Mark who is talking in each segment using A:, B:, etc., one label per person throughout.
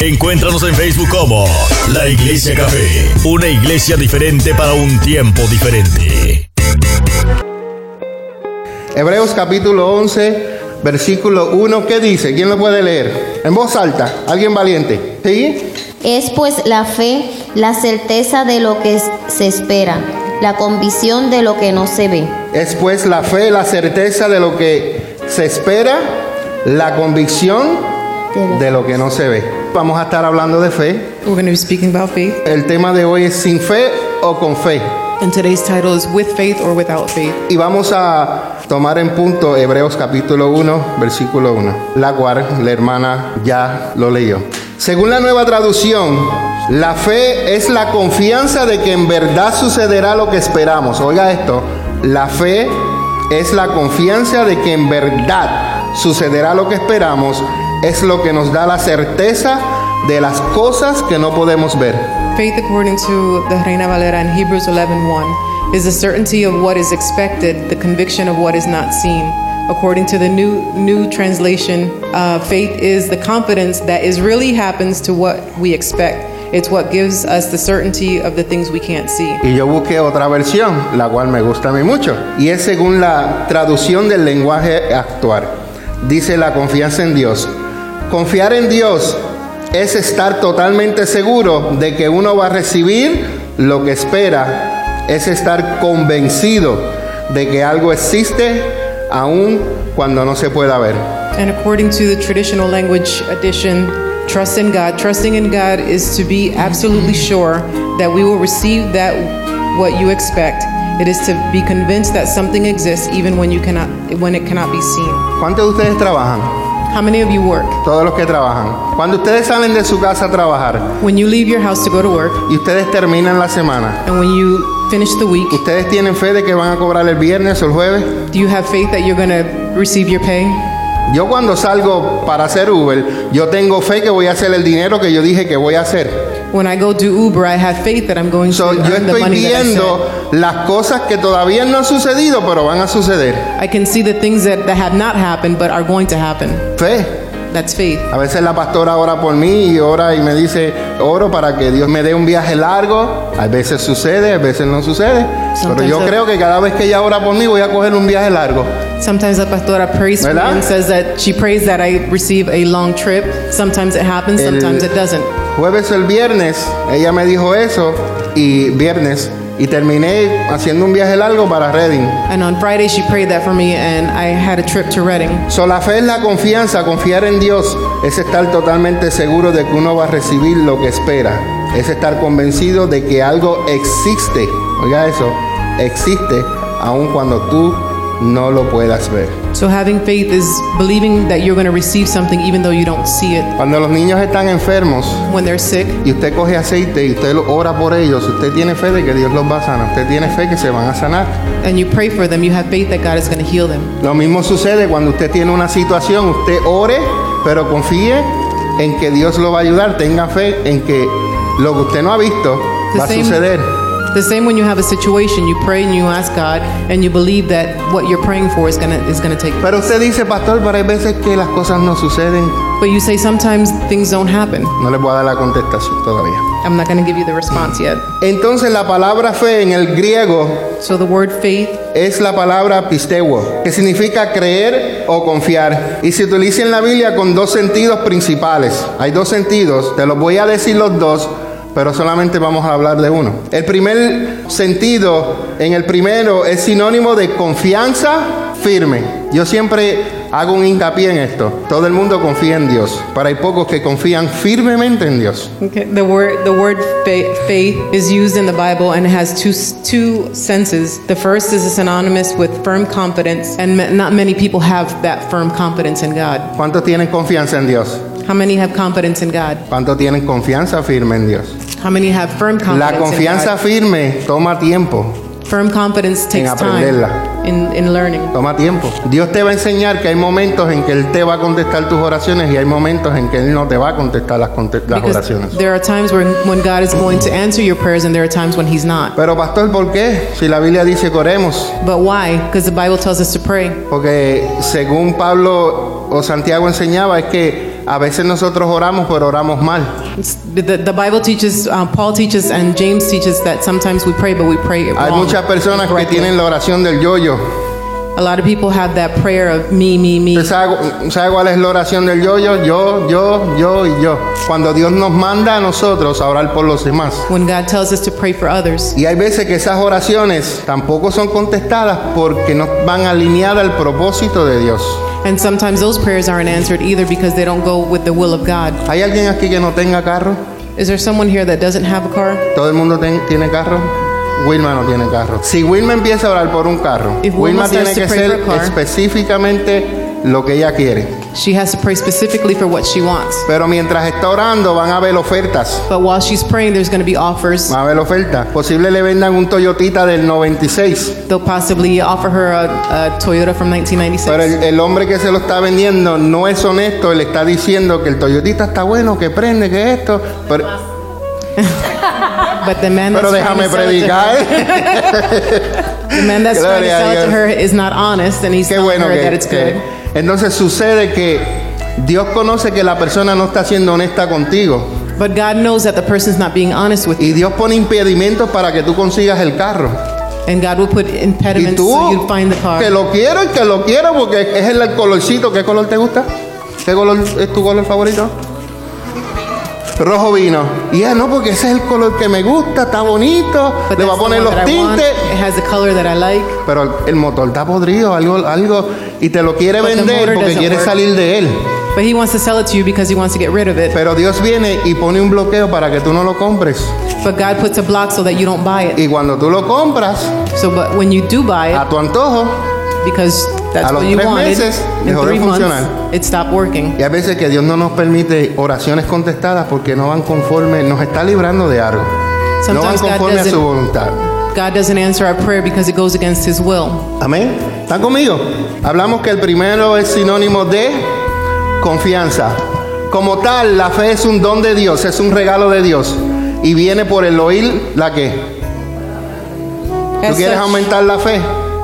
A: Encuéntranos en Facebook como La Iglesia Café, una iglesia diferente para un tiempo diferente.
B: Hebreos capítulo 11, versículo 1, ¿qué dice? ¿Quién lo puede leer? En voz alta, alguien valiente. ¿Sí?
C: Es pues la fe, la certeza de lo que es- se espera, la convicción de lo que no se ve.
B: Es pues la fe, la certeza de lo que se espera, la convicción de lo que no se ve. Vamos a estar hablando de fe.
D: We're going to be speaking about faith,
B: El tema de hoy es sin fe o con fe.
D: and today's title is With Faith or Without Faith.
B: Y vamos a tomar en punto Hebreos capítulo 1, versículo 1, la cual la hermana ya lo leyó. Según la nueva traducción, la fe es la confianza de que en verdad sucederá lo que esperamos. Oiga esto, la fe es la confianza de que en verdad sucederá lo que esperamos, es lo que nos da la certeza de las cosas que no podemos ver.
D: Faith, according to the Reina Valera in Hebrews 11:1, is the certainty of what is expected, the conviction of what is not seen. According to the new new translation, uh, faith is the confidence that is really happens to what we expect. It's what gives us the certainty of the things we can't see.
B: Y yo busqué otra versión, la cual me gusta a mí mucho. Y es según la traducción del lenguaje actual. Dice la confianza en Dios. Confiar en Dios es estar totalmente seguro de que uno va a recibir lo que espera. Es estar convencido de que algo existe aun cuando no se pueda ver.
D: And according to the traditional language edition, trust in God. Trusting in God is to be absolutely sure that we will receive that what you expect. It is to be convinced that something exists even when you cannot when it cannot be seen.
B: ¿Cuántos de ustedes trabajan?
D: How many of you work?
B: Todos los que trabajan. Cuando ustedes salen de su casa a trabajar
D: When you leave your house to go to work
B: y ustedes terminan la semana,
D: and when you finish the week,
B: ¿Ustedes tienen fe de que van a cobrar el viernes o el jueves?
D: do you have faith that you're going to receive your pay?
B: Yo cuando salgo para hacer Uber, yo tengo fe que voy a hacer el dinero que yo dije que voy a hacer.
D: When I go do Uber, I have faith that I'm going to
B: So, yo
D: earn the
B: estoy
D: money that I sent.
B: viendo las cosas que todavía no han sucedido, pero van a suceder.
D: I can see the things that, that have not happened but are going to happen.
B: Fe.
D: That's faith.
B: A veces la pastora ora por mí y ora y me dice, oro para que Dios me dé un viaje largo. A veces sucede, a veces no sucede. Pero yo
D: Sometimes-
B: creo que cada vez que ella ora por mí voy a coger un viaje largo.
D: Sometimes the pastora prays for me
B: ¿Verdad?
D: and says that she prays that I receive a long trip. Sometimes it happens,
B: El-
D: sometimes it doesn't.
B: Jueves o el viernes, ella me dijo eso y viernes y terminé haciendo un viaje largo para Reading.
D: And on Friday, she prayed that for me, and I had a trip to Reading.
B: So, la fe es la confianza, confiar en Dios es estar totalmente seguro de que uno va a recibir lo que espera, es estar convencido de que algo existe, oiga eso, existe aun cuando tú no lo puedas ver.
D: So having faith is believing that you're going to receive something even though you don't see it.
B: Cuando los niños están enfermos
D: When they're sick,
B: y usted coge aceite y usted lo- ora por ellos, usted tiene fe de que Dios los va a sanar, usted tiene fe que se van a sanar.
D: and you pray for them, you have faith that God is going to heal them.
B: Lo mismo sucede cuando usted tiene una situación, usted ore, pero confíe en que Dios lo va a ayudar, tenga fe en que lo que usted no ha visto va a suceder.
D: the same when you have a situation, you pray and you ask God, and you believe that what you're praying for is going to is going to take. place.
B: Pero usted dice, pastor, pero hay veces que las cosas no suceden.
D: But you say sometimes things don't happen.
B: No le voy a dar la contestación todavía.
D: I'm not going to give you the response yet.
B: Entonces la palabra fe en el griego
D: So the word faith
B: es la palabra pisteuo, que significa creer o confiar. Y se utiliza en la Biblia con dos sentidos principales. Hay dos sentidos, te los voy a decir los dos, pero solamente vamos a hablar de uno. El primer sentido, en el primero, es sinónimo de confianza firme. Yo siempre hago un hincapié en esto. Todo el mundo confía en Dios, pero hay pocos que confían firmemente en Dios.
D: Okay. The word the word fa- faith is used in the Bible and it has two s- two senses. The first is synonymous with firm confidence, and m- not many people have that firm confidence in God.
B: ¿Cuántos tienen confianza en Dios?
D: How many have confidence in God?
B: ¿Cuántos tienen confianza firme en Dios?
D: How many have firm
B: La
D: confidence?
B: confianza
D: In
B: firme toma tiempo,
D: God? Firm confidence takes
B: aprenderla.
D: time in in learning.
B: toma tiempo. Dios te va a enseñar que hay momentos en que Él te va a contestar tus oraciones y hay momentos en que Él no te va a contestar las, conte- las
D: Because
B: oraciones.
D: there are times when, when God is going to answer your prayers, and there are times when He's not.
B: Pero pastor, ¿por qué? Si la Biblia dice que oremos.
D: But why? Because the Bible tells us to pray.
B: Porque según Pablo o Santiago enseñaba es que A veces nosotros oramos, pero oramos mal.
D: It's- The, the Bible teaches, uh, Paul teaches, and James teaches that sometimes we pray, but we pray it
B: Hay
D: wrong.
B: muchas personas que
D: incorrectly.
B: tienen la oración del yoyo.
D: A lot of people have that prayer of me, me, me.
B: ¿Usted sabe, sabe cuál es la oración del yoyo? Yo, yo, yo y yo. Cuando Dios nos manda a nosotros a orar por los demás.
D: When God tells us to pray for others,
B: Y hay veces que esas oraciones tampoco son contestadas porque no van alineadas al propósito de Dios.
D: and sometimes those prayers aren't answered either because they don't go with the will of God.
B: ¿Hay alguien aquí que no tenga carro?
D: Is there someone here that doesn't have a car?
B: ¿Todo el mundo ten- tiene carro? Wilma no tiene carro. Si Wilma empieza a orar por un carro,
D: If Wilma
B: Wilma tiene
D: starts to
B: que
D: pray
B: ser
D: for a car-
B: específicamente lo que ella quiere.
D: She has to pray specifically for what she wants.
B: Pero mientras está orando van a haber ofertas.
D: But while she's praying, there's going to be offers.
B: Van a haber ofertas. Posible le vendan un Toyotita del 96.
D: They'll possibly offer her a, a Toyota from
B: Pero
D: 1996.
B: el, el hombre que se lo está vendiendo no es honesto. Le está diciendo que el Toyotita está bueno, que prende, que esto. Pero,
D: But the man that's
B: pero
D: trying
B: déjame
D: to sell it to her,
B: predicar.
D: the man that's trying to
B: Gloria a
D: sell it to
B: Dios.
D: her is not honest, and he's
B: Qué
D: telling
B: bueno
D: her that
B: que,
D: it's
B: que-
D: good.
B: entonces sucede que Dios conoce que la persona no está siendo honesta contigo
D: But God knows that the person's not being honest with you,
B: y Dios pone impedimentos para que tú consigas el carro
D: and God will put
B: y
D: impediments
B: tú
D: so you find the car.
B: que lo quiero y que lo quiero porque es el colorcito ¿qué color te gusta? ¿qué color es tu color favorito? rojo vino y ya no porque ese es el color que me gusta está bonito
D: But
B: le va a
D: that's the
B: poner
D: one
B: los
D: that I want.
B: tintes
D: It has the color that I like,
B: pero el- el motor está podrido algo algo y te lo quiere
D: But the
B: vender
D: motor
B: porque
D: doesn't
B: quiere
D: work.
B: salir de él
D: but he wants to sell it to you because he wants to get rid of it.
B: Pero Dios viene y pone un bloqueo para que tú no lo compres.
D: But God puts a block so that you don't buy it.
B: Y cuando tú lo compras,
D: So, but when you do buy
B: a
D: it,
B: tu antojo,
D: because that's
B: a los
D: what you
B: tres
D: wanted,
B: meses,
D: in
B: dejó de
D: three
B: funcionar.
D: months, it stopped working.
B: y a veces que Dios no nos permite oraciones contestadas porque no van conforme, nos está librando de algo. No van
D: Sometimes God
B: conforme a su
D: doesn't-
B: voluntad.
D: God doesn't answer our prayer because it goes against His will.
B: Amén. ¿Están conmigo? Hablamos que el primero es sinónimo de confianza. Como tal, la fe es un don de Dios, es un regalo de Dios. Y viene por el oír la que. ¿Tú
D: As
B: quieres
D: such-
B: aumentar la fe?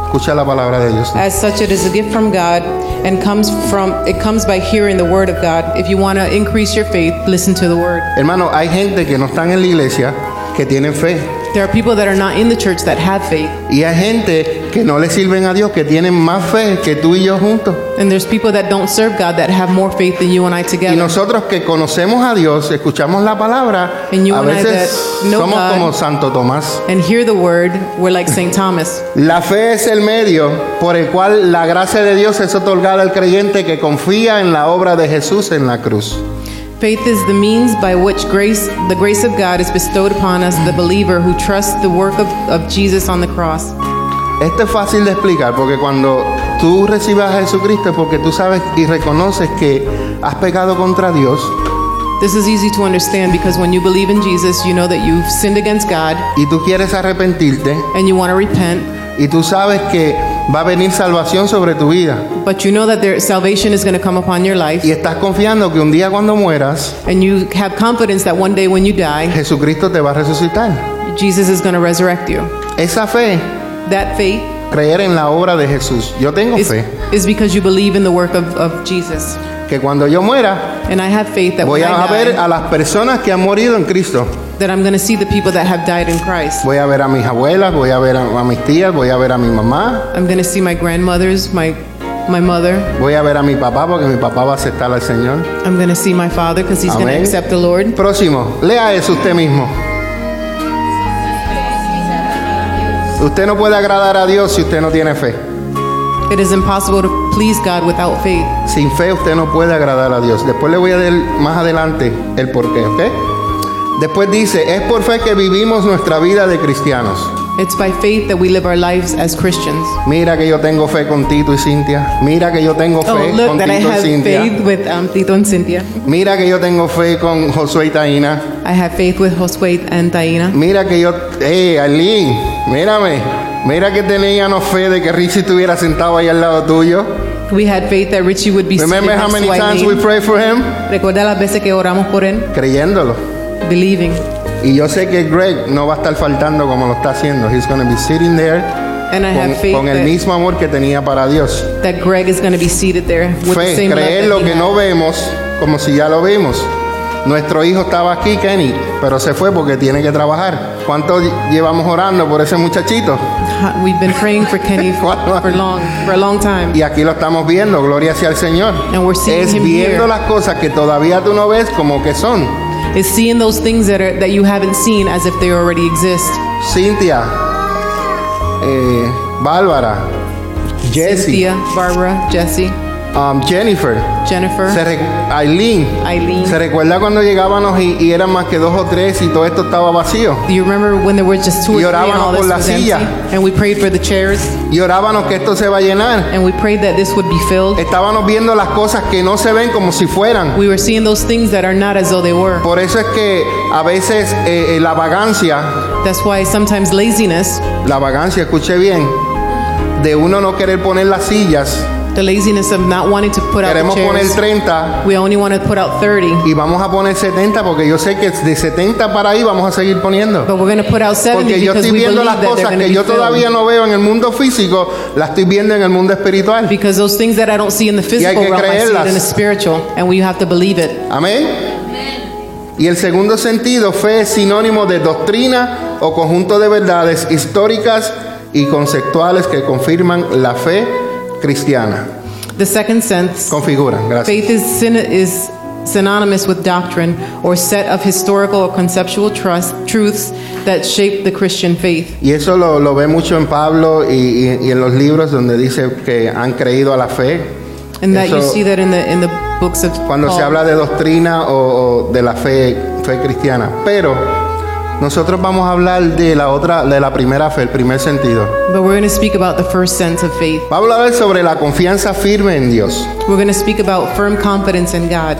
B: Escucha la palabra de Dios.
D: As such, it is a gift from God and comes from it comes by hearing the word of God. If you want to increase your faith, listen to the word.
B: Hermano, hay gente que no están en la iglesia que tienen fe.
D: There are people that are not in the church that have faith,
B: Y hay gente que no le sirven a Dios, que tienen más fe que tú y yo juntos.
D: and there's people that don't serve God that have more faith than you and I
B: Y
D: together.
B: nosotros que conocemos a Dios, escuchamos la palabra,
D: And you
B: a
D: and
B: veces
D: I that know
B: somos
D: God.
B: como Santo Tomás.
D: And hear the word, we're like St. Thomas.
B: La fe es el medio por el cual la gracia de Dios es otorgada al creyente que confía en la obra de Jesús en la cruz.
D: Faith is the means by which grace, the grace of God, is bestowed upon us, the believer who trusts the work of, of Jesus on the cross.
B: Esto es fácil de explicar porque cuando tú recibes a Jesucristo es porque tú sabes y reconoces que has pecado contra Dios
D: This is easy to understand because when you believe in Jesus, you know that you've sinned against God
B: y tú quieres arrepentirte
D: and you want to repent.
B: y tú sabes que va a venir salvación sobre tu vida
D: But you know that there, salvation is going to come upon your life,
B: y estás confiando que un día cuando mueras
D: and you have confidence that one day when you die,
B: Jesucristo te va a resucitar.
D: Jesus is going to resurrect you.
B: Esa fe,
D: That faith
B: creer en la obra de Jesús. Yo tengo
D: is,
B: fe
D: is because you believe in the work of, of Jesus.
B: que cuando yo muera
D: And I have faith that
B: voy
D: when
B: a
D: I
B: ver
D: die,
B: a las personas que han morido en Cristo.
D: that I'm going to see the people that have died in Christ.
B: Voy a ver a mis abuelas, voy a ver a, a mis tías, voy a ver a mi mamá,
D: I'm going to see my grandmothers, my my mother.
B: voy a ver a mi papá porque mi papá va a aceptar al Señor.
D: I'm going to see my father because he's going to
B: Amén.
D: accept the Lord.
B: Próximo, lea eso usted mismo. Usted no puede agradar a Dios si usted no tiene fe.
D: It is impossible to please God without faith.
B: Sin fe usted no puede agradar a Dios. Después le voy a dar más adelante el porqué, ¿ok? Después dice, es por fe que vivimos nuestra vida de cristianos.
D: It's by faith that we live our lives as Christians.
B: Mira que yo tengo fe con Tito y Cintia. Mira que yo tengo fe
D: Oh,
B: con
D: look that I
B: Tito y
D: have
B: Cintia.
D: faith with um, Tito and Cynthia.
B: Mira que yo tengo fe con Josué y Taina.
D: I have faith with Josue and Diana.
B: Mira que yo, eh, Arlene, mírame. Mira que teníamos fe de que Richie estuviera sentado ahí al lado tuyo.
D: We had faith that Richie would be seated
B: Remember how
D: next
B: many
D: to
B: times we
D: Eileen.
B: prayed for him?
D: Recuerda las veces que oramos por él,
B: Creyéndolo.
D: believing.
B: Y yo sé que Greg no va a estar faltando como lo está haciendo. He's going to be sitting there
D: And I have
B: con,
D: faith
B: con el
D: that,
B: mismo amor que tenía para Dios.
D: that Greg is going to be seated there with the
B: Fe,
D: same love
B: creer
D: that
B: lo
D: he
B: que
D: had.
B: no vemos como si ya lo vimos. Nuestro hijo estaba aquí, Kenny, pero se fue porque tiene que trabajar. ¿Cuánto lle- llevamos orando por ese muchachito?
D: We've been praying for Kenny for, for long, for a long time.
B: Y aquí lo estamos viendo, gloria sea al Señor.
D: And we're seeing
B: Es
D: him
B: viendo
D: here.
B: las cosas que todavía tú no ves como que son.
D: It's seeing those things that are that you haven't seen as if they already exist.
B: Cintia, eh, Bárbara, Jessie,
D: Cynthia, Barbara, Jesse,
B: um, Jennifer,
D: Jennifer.
B: se re- Aileen.
D: Aileen.
B: ¿Se recuerda cuando llegábamos y, y eran más que dos o tres y todo esto estaba vacío?
D: Do you remember when there were just two or
B: Y
D: three and
B: orábamos
D: all this
B: por la
D: was empty?
B: silla.
D: And we prayed for the chairs
B: Y orábamos que esto se va a llenar.
D: and we prayed that this would be filled.
B: Estábamos viendo las cosas que no se ven como si fueran.
D: We were seeing those things that are not as though they were.
B: Por eso es que a veces eh, eh, la vagancia,
D: That's why sometimes laziness,
B: la vagancia, escuche bien, de uno no querer poner las sillas,
D: the laziness of not wanting to put out the
B: queremos poner
D: chairs,
B: 30
D: we only want to put out 30,
B: y vamos a poner 70 porque yo sé que de 70 para ahí vamos a seguir poniendo.
D: but we're going to put out 70
B: Porque yo
D: because
B: estoy
D: we believe
B: viendo las
D: that they're
B: cosas
D: going to
B: que
D: be
B: yo todavía
D: filled.
B: no veo en el mundo físico, las estoy viendo en el mundo espiritual.
D: Because those things that I don't see in the physical
B: que
D: realm, I see it in
B: creerlas.
D: the spiritual, and we have to believe it.
B: Amén. Y el segundo sentido, fe es sinónimo de doctrina o conjunto de verdades históricas y conceptuales que confirman la fe cristiana.
D: The second sense
B: Configuran, gracias.
D: Faith is, syn- is synonymous with doctrine or set of historical or conceptual trust, truths that shape the Christian faith.
B: Y eso lo, lo ve mucho en Pablo y, y- y en los libros donde dice que han creído a la fe.
D: And that you
B: Eso-
D: see that in the in the books of
B: cuando se
D: Paul.
B: habla de doctrina o, o de la fe, fe cristiana. Pero nosotros vamos a hablar de la otra, de la primera fe, el primer sentido.
D: But we're going to speak about the first sense of faith.
B: Vamos a hablar sobre la confianza firme en Dios.
D: We're going to speak about firm confidence in God.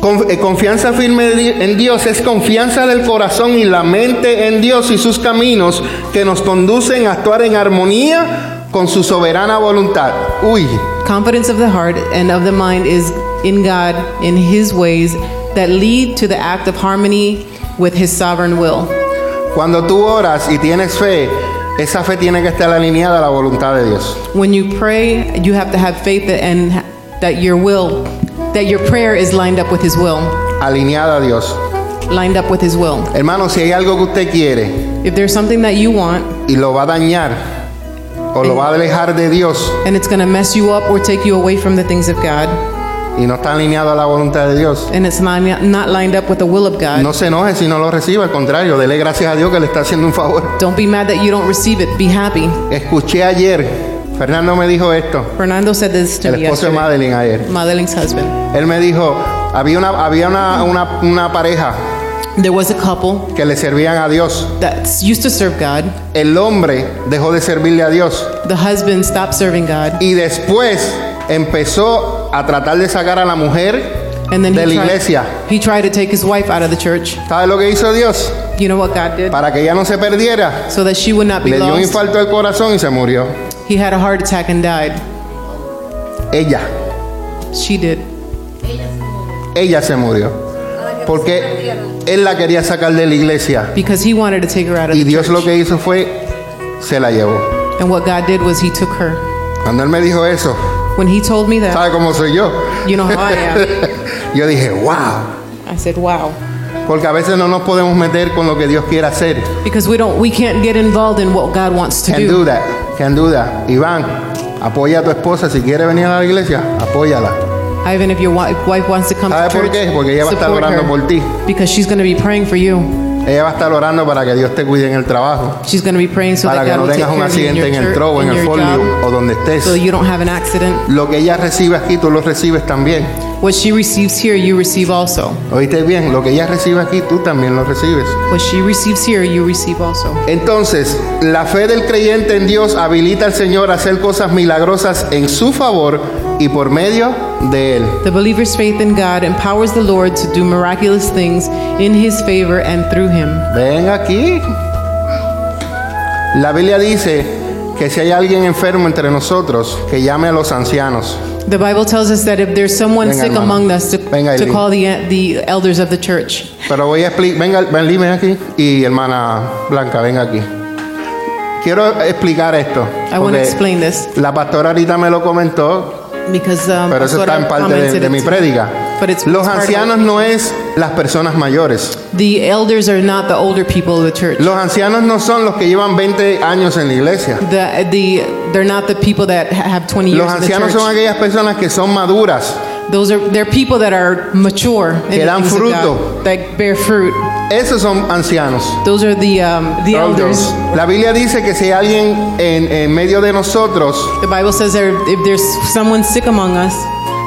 B: Con- eh, confianza firme di- en Dios es confianza del corazón y la mente en Dios y sus caminos que nos conducen a actuar en armonía con su soberana voluntad. Uy,
D: Confidence of the heart and of the mind is in God, in His ways that lead to the act of harmony with His sovereign will.
B: cuando tú oras y tienes fe, esa fe tiene que estar alineada a la voluntad de Dios.
D: When you pray, you have to have faith that, and that your will, that your prayer is lined up with His will.
B: Alineada a Dios.
D: lined up with His will.
B: Hermano, si hay algo que usted quiere
D: If there's something that you want
B: y lo va a dañar o lo va a alejar de Dios
D: and it's going to mess you up or take you away from the things of God
B: y no está alineado a la voluntad de Dios,
D: and it's not, not lined up with the will of God,
B: no se enoje si no lo recibe, al contrario, dele gracias a Dios que le está haciendo un favor.
D: don't be mad that you don't receive it. Be happy.
B: Escuché ayer, Fernando me dijo esto,
D: Fernando said this to
B: el
D: me
B: esposo de
D: yesterday,
B: Madeline ayer.
D: Madeleine's husband.
B: Él me dijo, había una, había una, una, una pareja
D: There was a couple
B: que le servían a Dios.
D: that used to serve God.
B: El hombre dejó de servirle a Dios
D: The husband stopped serving God
B: y después empezó a tratar de sacar a la mujer
D: and then
B: de la
D: he
B: iglesia.
D: tried, he tried to take his wife out of the church.
B: ¿Sabe lo que hizo Dios?
D: You know what God did?
B: Para que ella no se perdiera,
D: So that she would not be
B: le dio un
D: lost.
B: infarto al corazón y se murió.
D: He had a heart attack and died.
B: Ella,
D: She did.
B: ella se murió. Porque él la quería sacar de la iglesia.
D: Because he wanted to take her out of
B: Y
D: the
B: Dios
D: church.
B: lo que hizo fue, se la llevó.
D: And what God did was He took her.
B: Cuando él me dijo eso,
D: When He told me that,
B: ¿sabe cómo soy yo?
D: you know how I am.
B: Yo dije, wow.
D: I said, "Wow,"
B: Porque a veces no nos podemos meter con lo que Dios quiere hacer.
D: because we don't, we can't get involved in what God wants to
B: Can do
D: do.
B: that. Can do that. Iván, apoya a tu esposa. Si quiere venir a la iglesia, apóyala.
D: Even if your wi- wife wants to come
B: ¿Sabe
D: to
B: por
D: church,
B: qué? Porque ella va a estar
D: support
B: orando por ti.
D: her. Because she's going to be praying for you.
B: Ella va a estar orando para que Dios te cuide en el trabajo.
D: She's going to be praying so
B: Para
D: that
B: que
D: God
B: no
D: will take
B: tengas un
D: care of you in
B: accidente
D: your,
B: en el
D: church,
B: trobo, en
D: in
B: el
D: your
B: folio
D: job,
B: o donde estés.
D: so you don't have an accident.
B: Lo que ella recibe aquí, tú lo recibes también.
D: What she receives here, you receive also.
B: ¿Oíste bien? Lo que ella recibe aquí, tú también lo recibes.
D: What she receives here, you receive also.
B: Entonces, la fe del creyente en Dios habilita al Señor a hacer cosas milagrosas en su favor y por medio de Él.
D: The believer's faith in God empowers the Lord to do miraculous things in His favor and through Him.
B: Ven aquí. La Biblia dice que si hay alguien enfermo entre nosotros, que llame a los ancianos.
D: The Bible tells us that if there's someone
B: Venga,
D: sick
B: hermano.
D: among us, to,
B: Venga,
D: to
B: Eileen.
D: call the, the elders of the church.
B: Pero voy a explicar, venga, Berlín, ven aquí. Y hermana Blanca, ven aquí. Quiero explicar esto.
D: I want
B: porque
D: to explain this
B: La pastora ahorita me lo comentó,
D: because um,
B: pero eso
D: Pastor
B: está en parte de-
D: commented
B: de mi
D: it to me.
B: prédica.
D: but it's
B: Los
D: it's part of-
B: ancianos no es las personas mayores.
D: The elders are not the older people of the church.
B: Los ancianos no son los que llevan 20 años en la iglesia.
D: The, the, they're not the people that ha- have 20 years
B: Los
D: in the
B: ancianos
D: church.
B: son aquellas personas que son maduras.
D: Those are they're people that are mature in
B: Que
D: the
B: dan
D: things of God,
B: fruto.
D: that bear fruit.
B: Esos son ancianos.
D: Those are the um, the elders.
B: La Biblia dice que si hay alguien en, en medio de nosotros
D: The Bible says there, if there's someone sick among us,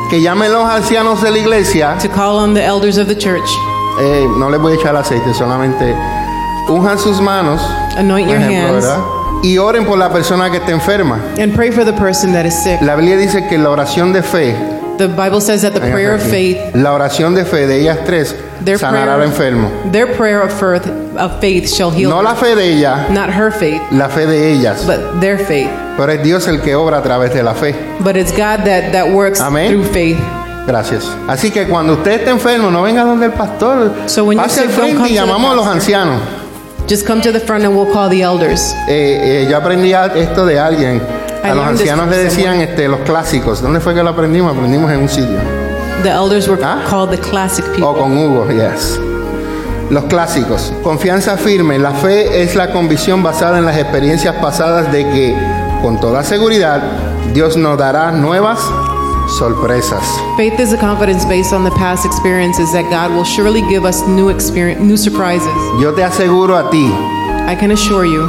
B: que llamen los ancianos de la iglesia,
D: to call on the elders of the church.
B: eh, no les voy a echar aceite, solamente unjan sus manos
D: Anoint
B: por
D: your
B: ejemplo,
D: hands
B: ¿verdad? y oren por la persona que está enferma.
D: and pray for the person that is sick.
B: La Biblia dice que la oración de fe,
D: The Bible says that the prayer of faith,
B: la oración de fe de ellas tres
D: their
B: sanará al
D: prayer,
B: enfermo.
D: their prayer of faith, of faith shall heal.
B: No la fe de ella,
D: not her faith,
B: la fe de ellas.
D: but their faith.
B: Pero es Dios el que obra a través de la fe.
D: But it's God that that works
B: Amén.
D: through faith.
B: Gracias. Así que cuando usted esté enfermo, no venga donde el pastor.
D: So when you
B: Pase
D: say
B: al
D: don't
B: frente
D: come
B: y
D: to the
B: llamamos a los
D: pastor.
B: ancianos.
D: Just come to the front and we'll call the elders.
B: Eh, eh, yo aprendí a- esto de alguien.
D: I
B: A los
D: learned this
B: ancianos
D: from
B: le decían
D: someone.
B: este, los clásicos. ¿Dónde fue que lo aprendimos? Aprendimos en un sitio.
D: The elders were
B: Huh? Oh,
D: called the classic people.
B: O con Hugo, yes. Los clásicos. Confianza firme. La fe es la convicción basada en las experiencias pasadas de que, con toda seguridad, Dios nos dará nuevas sorpresas.
D: Faith is a confidence based on the past experiences that God will surely give us new experience, new surprises.
B: Yo te aseguro a ti
D: I can assure you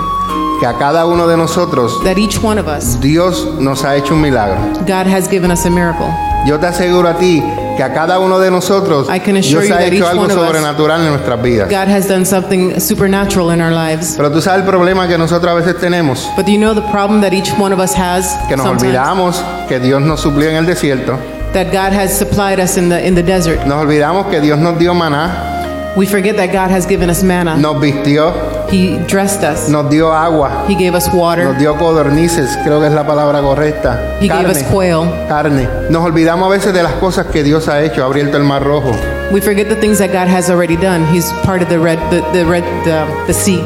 B: que a cada uno de nosotros
D: that each one of us,
B: Dios nos ha hecho un milagro.
D: God has given us a miracle.
B: Yo te aseguro a ti que a cada uno de nosotros
D: I can assure
B: Dios
D: you
B: ha
D: that
B: hecho
D: each
B: algo
D: one of us-
B: sobrenatural en nuestras vidas.
D: God has done something supernatural in our lives.
B: Pero tú sabes el problema que nosotros a veces tenemos,
D: But do you know the problem that each one of us has
B: que nos
D: sometimes?
B: olvidamos que Dios nos suplió en el desierto,
D: That God has supplied us in the in the desert.
B: nos olvidamos que Dios nos dio maná,
D: We forget that God has given us manna.
B: nos vistió,
D: He dressed us.
B: nos dio agua,
D: He gave us
B: nos
D: water.
B: dio codornices, creo que es la palabra correcta.
D: He gave
B: carne,
D: us quail.
B: carne. Nos olvidamos a veces de las cosas que Dios ha hecho, ha abierto el mar rojo.
D: We forget the things that God has already done. He's part of the red the, the red the, the sea.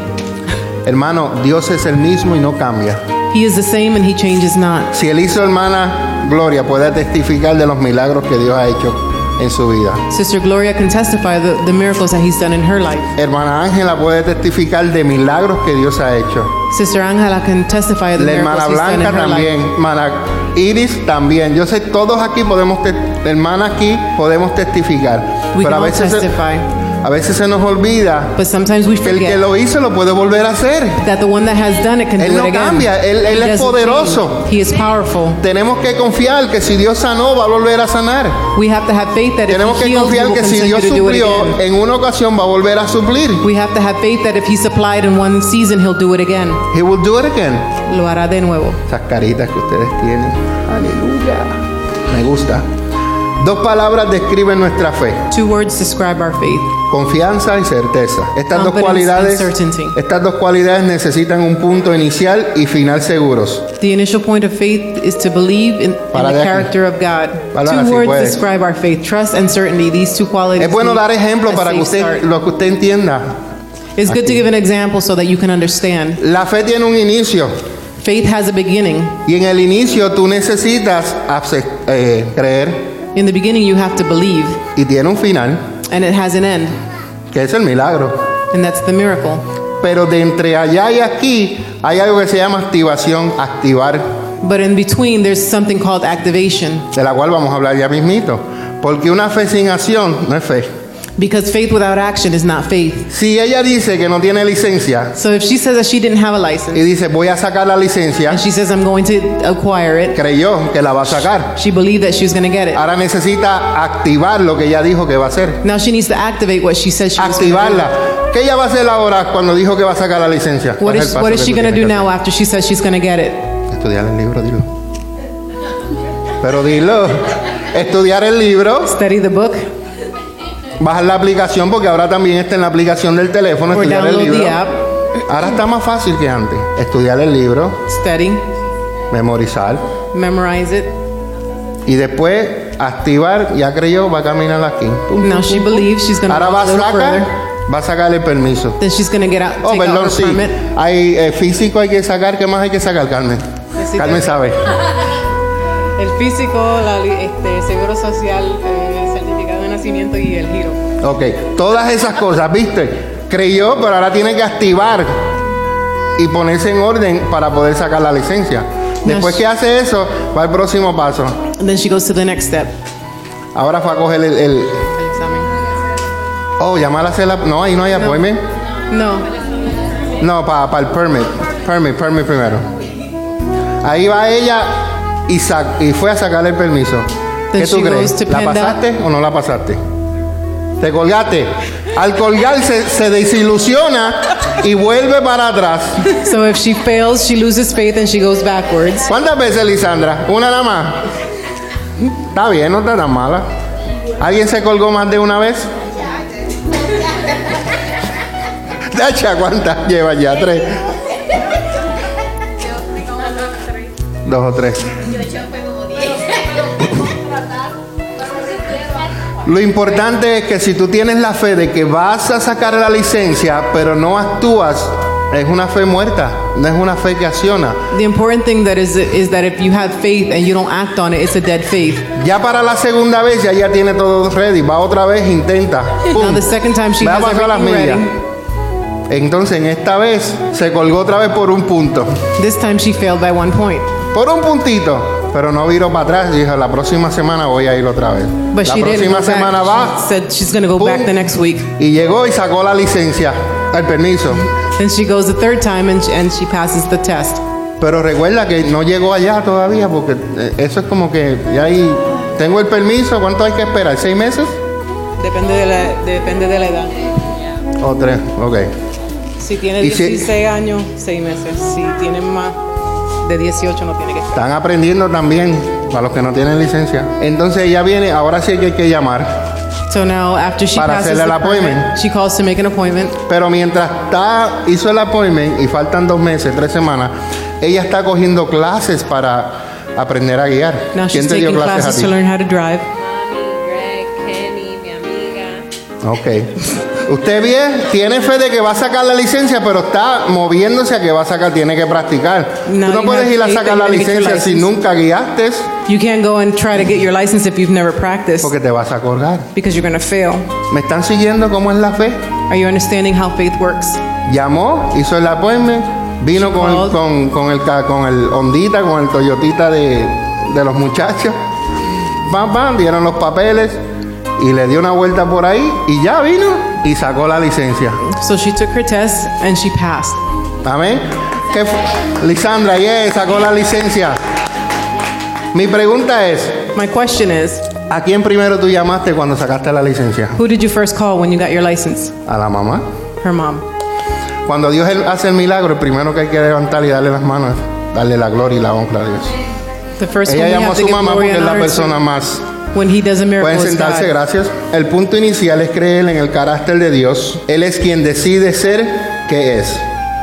B: Hermano, Dios es el mismo y no cambia.
D: He is the same and he changes not.
B: Si él hizo hermana Gloria puede testificar de los milagros que Dios ha hecho en su vida.
D: Sister Gloria can testify the, the miracles that he's done in her life.
B: Hermana Ángela puede testificar de milagros que Dios ha hecho.
D: Sister Angela can testify the
B: La hermana
D: miracles he's done
B: Blanca
D: in her
B: también,
D: life.
B: hermana Iris también. Yo sé, todos aquí podemos, tes- hermana aquí, podemos testificar. Pero
D: We can
B: a
D: all
B: veces, se-
D: testify.
B: a veces se nos olvida
D: But sometimes we
B: que el que
D: forget
B: lo hizo lo puede volver a hacer.
D: that the one that has done it can
B: Él
D: do
B: no
D: it again.
B: cambia. Él- él
D: He
B: es
D: doesn't
B: poderoso.
D: change. He is powerful.
B: Tenemos que confiar que si Dios sanó, va a volver a sanar.
D: We have to have faith that if
B: Tenemos
D: he
B: que
D: heals, he
B: confiar
D: will
B: que si
D: continue
B: Dios
D: to do it
B: suplió
D: again.
B: en una ocasión, va a volver a suplir.
D: We have to have faith that if he supplied in one season, he'll do it again.
B: He will do it again.
D: Lo hará de nuevo.
B: Esas caritas que ustedes tienen. Aleluya. Me gusta. Dos palabras describen nuestra fe.
D: Two words describe our faith.
B: Confianza y certeza. Estas dos
D: Confidence
B: cualidades,
D: and certainty.
B: estas dos cualidades necesitan un punto inicial y final seguros.
D: The initial point of faith is to believe in, in
B: Para de
D: the
B: aquí.
D: character of God.
B: Para
D: two
B: así
D: words
B: puede.
D: describe our faith: trust and certainty. These two qualities.
B: Es bueno
D: need
B: dar ejemplo
D: a
B: para que usted
D: safe start.
B: lo que usted entienda.
D: It's good to give an example so that you can understand.
B: La fe tiene un inicio
D: Faith has a beginning.
B: y en el inicio tú necesitas ace- eh, creer
D: In the beginning, you have to believe,
B: y tiene un final
D: and it has an end,
B: que es el milagro.
D: and that's the miracle.
B: Pero de entre allá y aquí hay algo que se llama activación, activar.
D: But in between, there's something called activation,
B: de la cual vamos a hablar ya mismito. Porque una fe sin acción no es fe.
D: because faith without action is not faith.
B: Si ella dice que no tiene licencia
D: So if she says that she didn't have a
B: y
D: license,
B: dice voy a sacar la licencia,
D: and she says I'm going to acquire it,
B: creyó que la va a sacar.
D: she believed that she was going to get it.
B: Ahora necesita activar lo que ella dijo que va a hacer.
D: Now she needs to activate what she said she was going to do.
B: Activarla. ¿Qué ella va a hacer ahora cuando dijo que va a sacar la licencia?
D: What
B: Ese es
D: is,
B: el
D: what
B: paso
D: is she
B: que tú
D: going to do
B: tienes
D: now after she says she's going to get it?
B: que hacer. Estudiar el libro, dilo. Pero dilo. Estudiar el libro,
D: Study the book
B: bajar la aplicación, porque ahora también está en la aplicación del teléfono,
D: or
B: estudiar el
D: download
B: libro.
D: the app.
B: Ahora está más fácil que antes. Estudiar el libro,
D: Study,
B: memorizar
D: memorize it.
B: y después activar. Ya creyó, va a caminar aquí.
D: Now she believes she's going to
B: Ahora
D: go
B: va
D: a
B: a
D: little
B: sacar,
D: further.
B: va a sacar el permiso.
D: Then she's going to get out,
B: Oh,
D: take out
B: perdón,
D: her
B: sí.
D: permit.
B: Hay eh, físico, hay que sacar. ¿Qué más hay que sacar, Carmen?
D: Necesito-
B: Carmen sabe.
D: eh, El físico, la, seguro social, el certificado de cimiento y el giro.
B: Ok, todas esas cosas, ¿viste? Creyó, pero ahora tiene que activar y ponerse en orden para poder sacar la licencia. Después que hace eso, va al próximo paso.
D: And then she goes to the next step.
B: Ahora fue a coger el... el-
D: El examen.
B: oh, llamar a hacer la... No, ahí no hay appointment.
D: No.
B: No, para el permit. Permit, permit primero. Ahí va ella y, sa- y fue a sacar el permiso. ¿Qué
D: Then
B: tú
D: she
B: crees?
D: goes to
B: ¿La
D: Penda.
B: pasaste o no la pasaste? Te colgaste. Al colgarse se desilusiona y vuelve para atrás.
D: So if she fails, she loses faith and she goes backwards.
B: ¿Cuántas veces, Lisandra? Una nada más. Está bien, no está tan mala. ¿Alguien se colgó más de una vez? Dacha, ¿cuántas llevas ya? ¿Tres? Dos o tres. Lo importante es que si tú tienes la fe de que vas a sacar la licencia, pero no actúas, es una fe muerta, no es una fe que acciona.
D: The important thing that is is that if you have faith and you don't act on it, it's a dead faith.
B: Ya para la segunda vez ya ella tiene todo ready. Va otra vez, intenta. Pum.
D: Now the second time she
B: Va a
D: has
B: pasar las
D: everything
B: millas.
D: ready.
B: Entonces en esta vez se colgó otra vez por un punto.
D: This time she failed by one point,
B: Por un puntito. Pero no viró para atrás. Dijo, la próxima semana voy a ir otra vez.
D: but
B: la
D: she didn't.
B: próxima
D: Go
B: semana
D: back. She
B: va.
D: said she's gonna go back the next week.
B: Y llegó y sacó la licencia, el permiso.
D: Then she goes the third time and and she passes the test.
B: Pero recuerda que no llegó allá todavía porque eh, eso es como que ya ahí tengo el permiso. ¿Cuánto hay que esperar? ¿Seis meses?
D: Depende de la depende de la edad.
B: O tres. Ok.
D: Si tiene
B: Y si- 16
D: años, 6 meses. Si tiene más de 18 no tiene que estar.
B: Están aprendiendo también para los que no tienen licencia. Entonces ella viene, ahora sí que hay que llamar.
D: So now after she
B: Para
D: passes
B: hacerle
D: the
B: el
D: permit,
B: appointment.
D: she calls to make an appointment.
B: Pero mientras está, hizo el appointment y faltan dos meses, tres semanas, ella está cogiendo clases para aprender a guiar.
D: Now she's
B: ¿Quién te dio
D: taking
B: clases a
D: classes
B: ti?
D: to learn how to drive.
E: Greg, Kenny, mi amiga.
B: Ok. Usted bien, tiene fe de que va a sacar la licencia, pero está moviéndose a que va a sacar, tiene que practicar.
D: No,
B: Tú no
D: you
B: puedes
D: have
B: ir a
D: faith
B: sacar
D: that
B: la
D: you're gonna get your
B: licencia si
D: license.
B: nunca guiaste,
D: You can't go and try to get your license if you've never practiced
B: porque te vas a colgar.
D: because you're going to fail.
B: ¿Me están siguiendo cómo es la fe?
D: Are you understanding how faith works?
B: Llamó, hizo el appointment, vino con el,
D: Called.
B: con, con el, ca- con el Hondita, con el Toyotita de, de los muchachos. Pam, pam, dieron los papeles y le dio una vuelta por ahí y ya vino y sacó la licencia.
D: So she took her test and she passed.
B: Amén. ¿Qué fu- Lisandra, yeah, sacó la licencia. Mi pregunta es,
D: My question is,
B: ¿a quién primero tú llamaste cuando sacaste la licencia?
D: who did you first call when you got your license?
B: ¿A la mamá?
D: Her mom.
B: Cuando Dios el- hace el milagro, el primero que hay que levantar y darle las manos, es darle la gloria y la honra a Dios.
D: The first
B: Ella
D: one we
B: llamó a
D: have to
B: su
D: give
B: mamá
D: glory
B: porque es
D: and
B: la
D: honor
B: persona
D: to
B: más.
D: when he does a miracle
B: Pueden
D: is
B: sentarse,
D: God.
B: gracias. El punto inicial es creer en el carácter de Dios. Él es quien decide ser que es.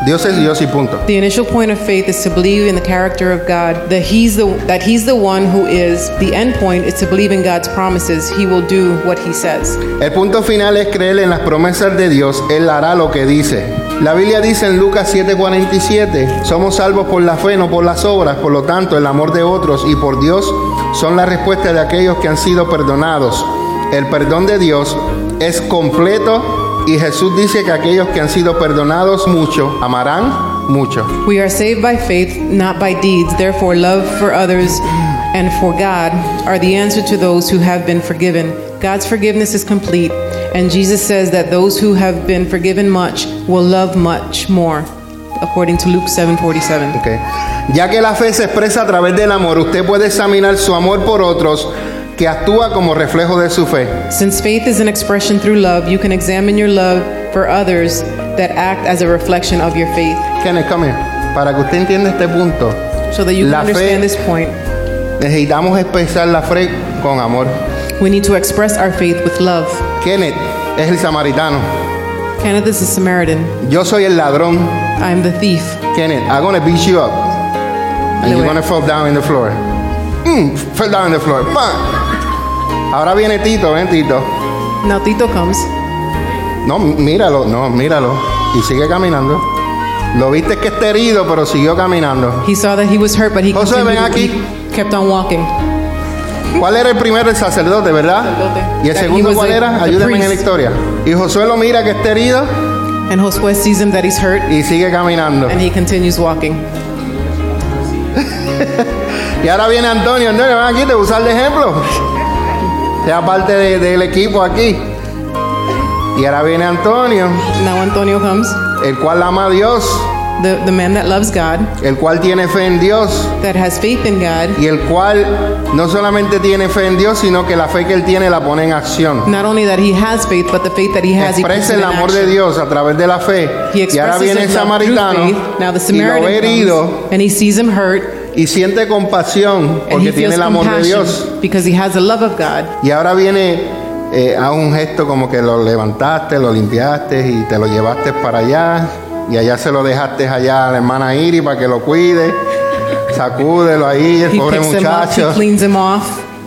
B: Dios es Dios y punto.
D: The initial point of faith is to believe in the character of God, that he's the that he's the one who is. The end point is to believe in God's promises. He will do what he says.
B: El punto final es creer en las promesas de Dios. Él hará lo que dice. La Biblia dice en Lucas 7:47, somos salvos por la fe, no por las obras. Por lo tanto, el amor de otros y por Dios son la respuesta de aquellos que han sido perdonados. El perdón de Dios es completo y Jesús dice que aquellos que han sido perdonados mucho, amarán mucho.
D: We are saved by faith, not by deeds. Therefore, love for others and for God are the answer to those who have been forgiven. God's forgiveness is complete, and Jesus says that those who have been forgiven much will love much more, according to Luke 7:47.
B: Ok. Ya que la fe se expresa a través del amor, usted puede examinar su amor por otros que actúa como reflejo de su fe.
D: Since faith is an expression through love, you can examine your love for others that act as a reflection of your faith,
B: Kenneth, come here. Para que usted entienda este punto,
D: so that you can
B: La fe-
D: understand this point.
B: necesitamos expresar la fe con amor.
D: We need to express our faith with love.
B: Kenneth es el samaritano.
D: Kenneth is a Samaritan.
B: Yo soy el ladrón.
D: I'm the thief.
B: Kenneth, I'm gonna beat you up. And
D: Do
B: you're
D: it.
B: gonna fall down in the floor. Mm, fell down in the floor. Bam. Ahora viene Tito, ven Tito.
D: Now Tito comes.
B: No, m- míralo, no, míralo. Y sigue caminando. Lo viste que está herido, pero siguió caminando.
D: He saw that he was hurt, but he
B: José, ven
D: continued,
B: aquí.
D: he kept on walking.
B: ¿Cuál era el primero? El sacerdote,
D: Sacerdote.
B: ¿verdad? ¿Y el
D: That he
B: segundo
D: was
B: cuál
D: a-
B: era?
D: the
B: Ayúdame en
D: priest.
B: la historia. Y Josué lo mira que está herido
D: And Josué sees him that he's hurt
B: y sigue caminando.
D: and he continues walking.
B: Y ahora viene Antonio. Antonio, ven aquí, te voy a usar de ejemplo. Sea parte de- del equipo aquí. Y ahora viene Antonio,
D: Now Antonio comes,
B: el cual ama a Dios,
D: the, the man that loves God,
B: el cual tiene fe en Dios
D: that has faith in God,
B: y el cual no solamente tiene fe en Dios, sino que la fe que él tiene la pone en acción.
D: not only that he has faith, but the faith that he has, he puts
B: Expresa
D: it
B: el
D: in
B: amor
D: action.
B: de Dios a través de la fe.
D: He
B: Y ahora
D: expresses
B: viene el
D: his love through
B: samaritano
D: faith. Now the
B: y lo ve
D: Samaritan
B: herido
D: comes, and he sees him hurt
B: y siente compasión
D: and
B: porque
D: he
B: tiene
D: feels
B: el amor de Dios.
D: compassion because he has the love of God.
B: Y ahora viene eh, a un gesto como que lo levantaste, lo limpiaste y te lo llevaste para allá. Y allá se lo dejaste allá a la hermana Iri para que lo cuide. Sacúdelo ahí, el
D: He
B: pobre
D: picks him up, he
B: muchacho.
D: cleans him off.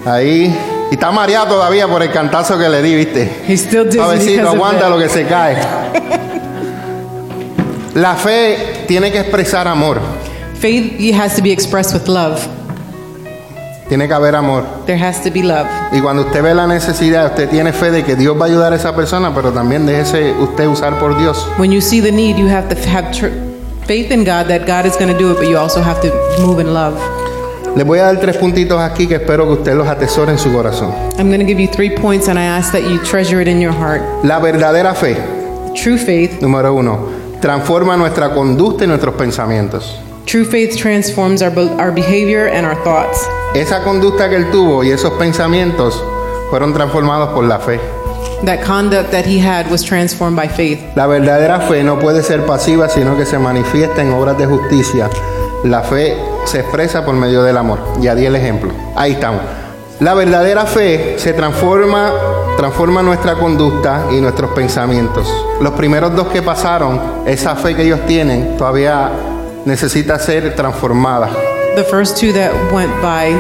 B: Ahí. Y está mareado todavía por el cantazo que le di, ¿viste?
D: He's still dizzy because
B: Suavecito,
D: of
B: aguanta
D: that.
B: lo que se cae. La fe tiene que expresar amor.
D: Faith it has to be expressed with love.
B: Tiene que haber amor.
D: There has to be love.
B: Y cuando usted ve la necesidad, usted tiene fe de que Dios va a ayudar a esa persona, pero también déjese usted usar por Dios.
D: When you see the need, you have to f- have tr- faith in God that God is going to do it, but you also have to move in love.
B: Les voy a dar tres puntitos aquí que espero que usted los atesore en su corazón.
D: I'm going to give you three points, and I ask that you treasure it in your heart.
B: La verdadera fe,
D: True faith.
B: número uno, transforma nuestra conducta y nuestros pensamientos.
D: True faith transforms our, be- our behavior and our thoughts.
B: Esa conducta que él tuvo y esos pensamientos fueron transformados por la fe.
D: That conduct that he had was transformed by faith.
B: La verdadera fe no puede ser pasiva, sino que se manifiesta en obras de justicia. La fe se expresa por medio del amor. Ya di el ejemplo. Ahí estamos. La verdadera fe se transforma, transforma nuestra conducta y nuestros pensamientos. Los primeros dos que pasaron, esa fe que ellos tienen, todavía necesita ser transformada.
D: The first two that went by,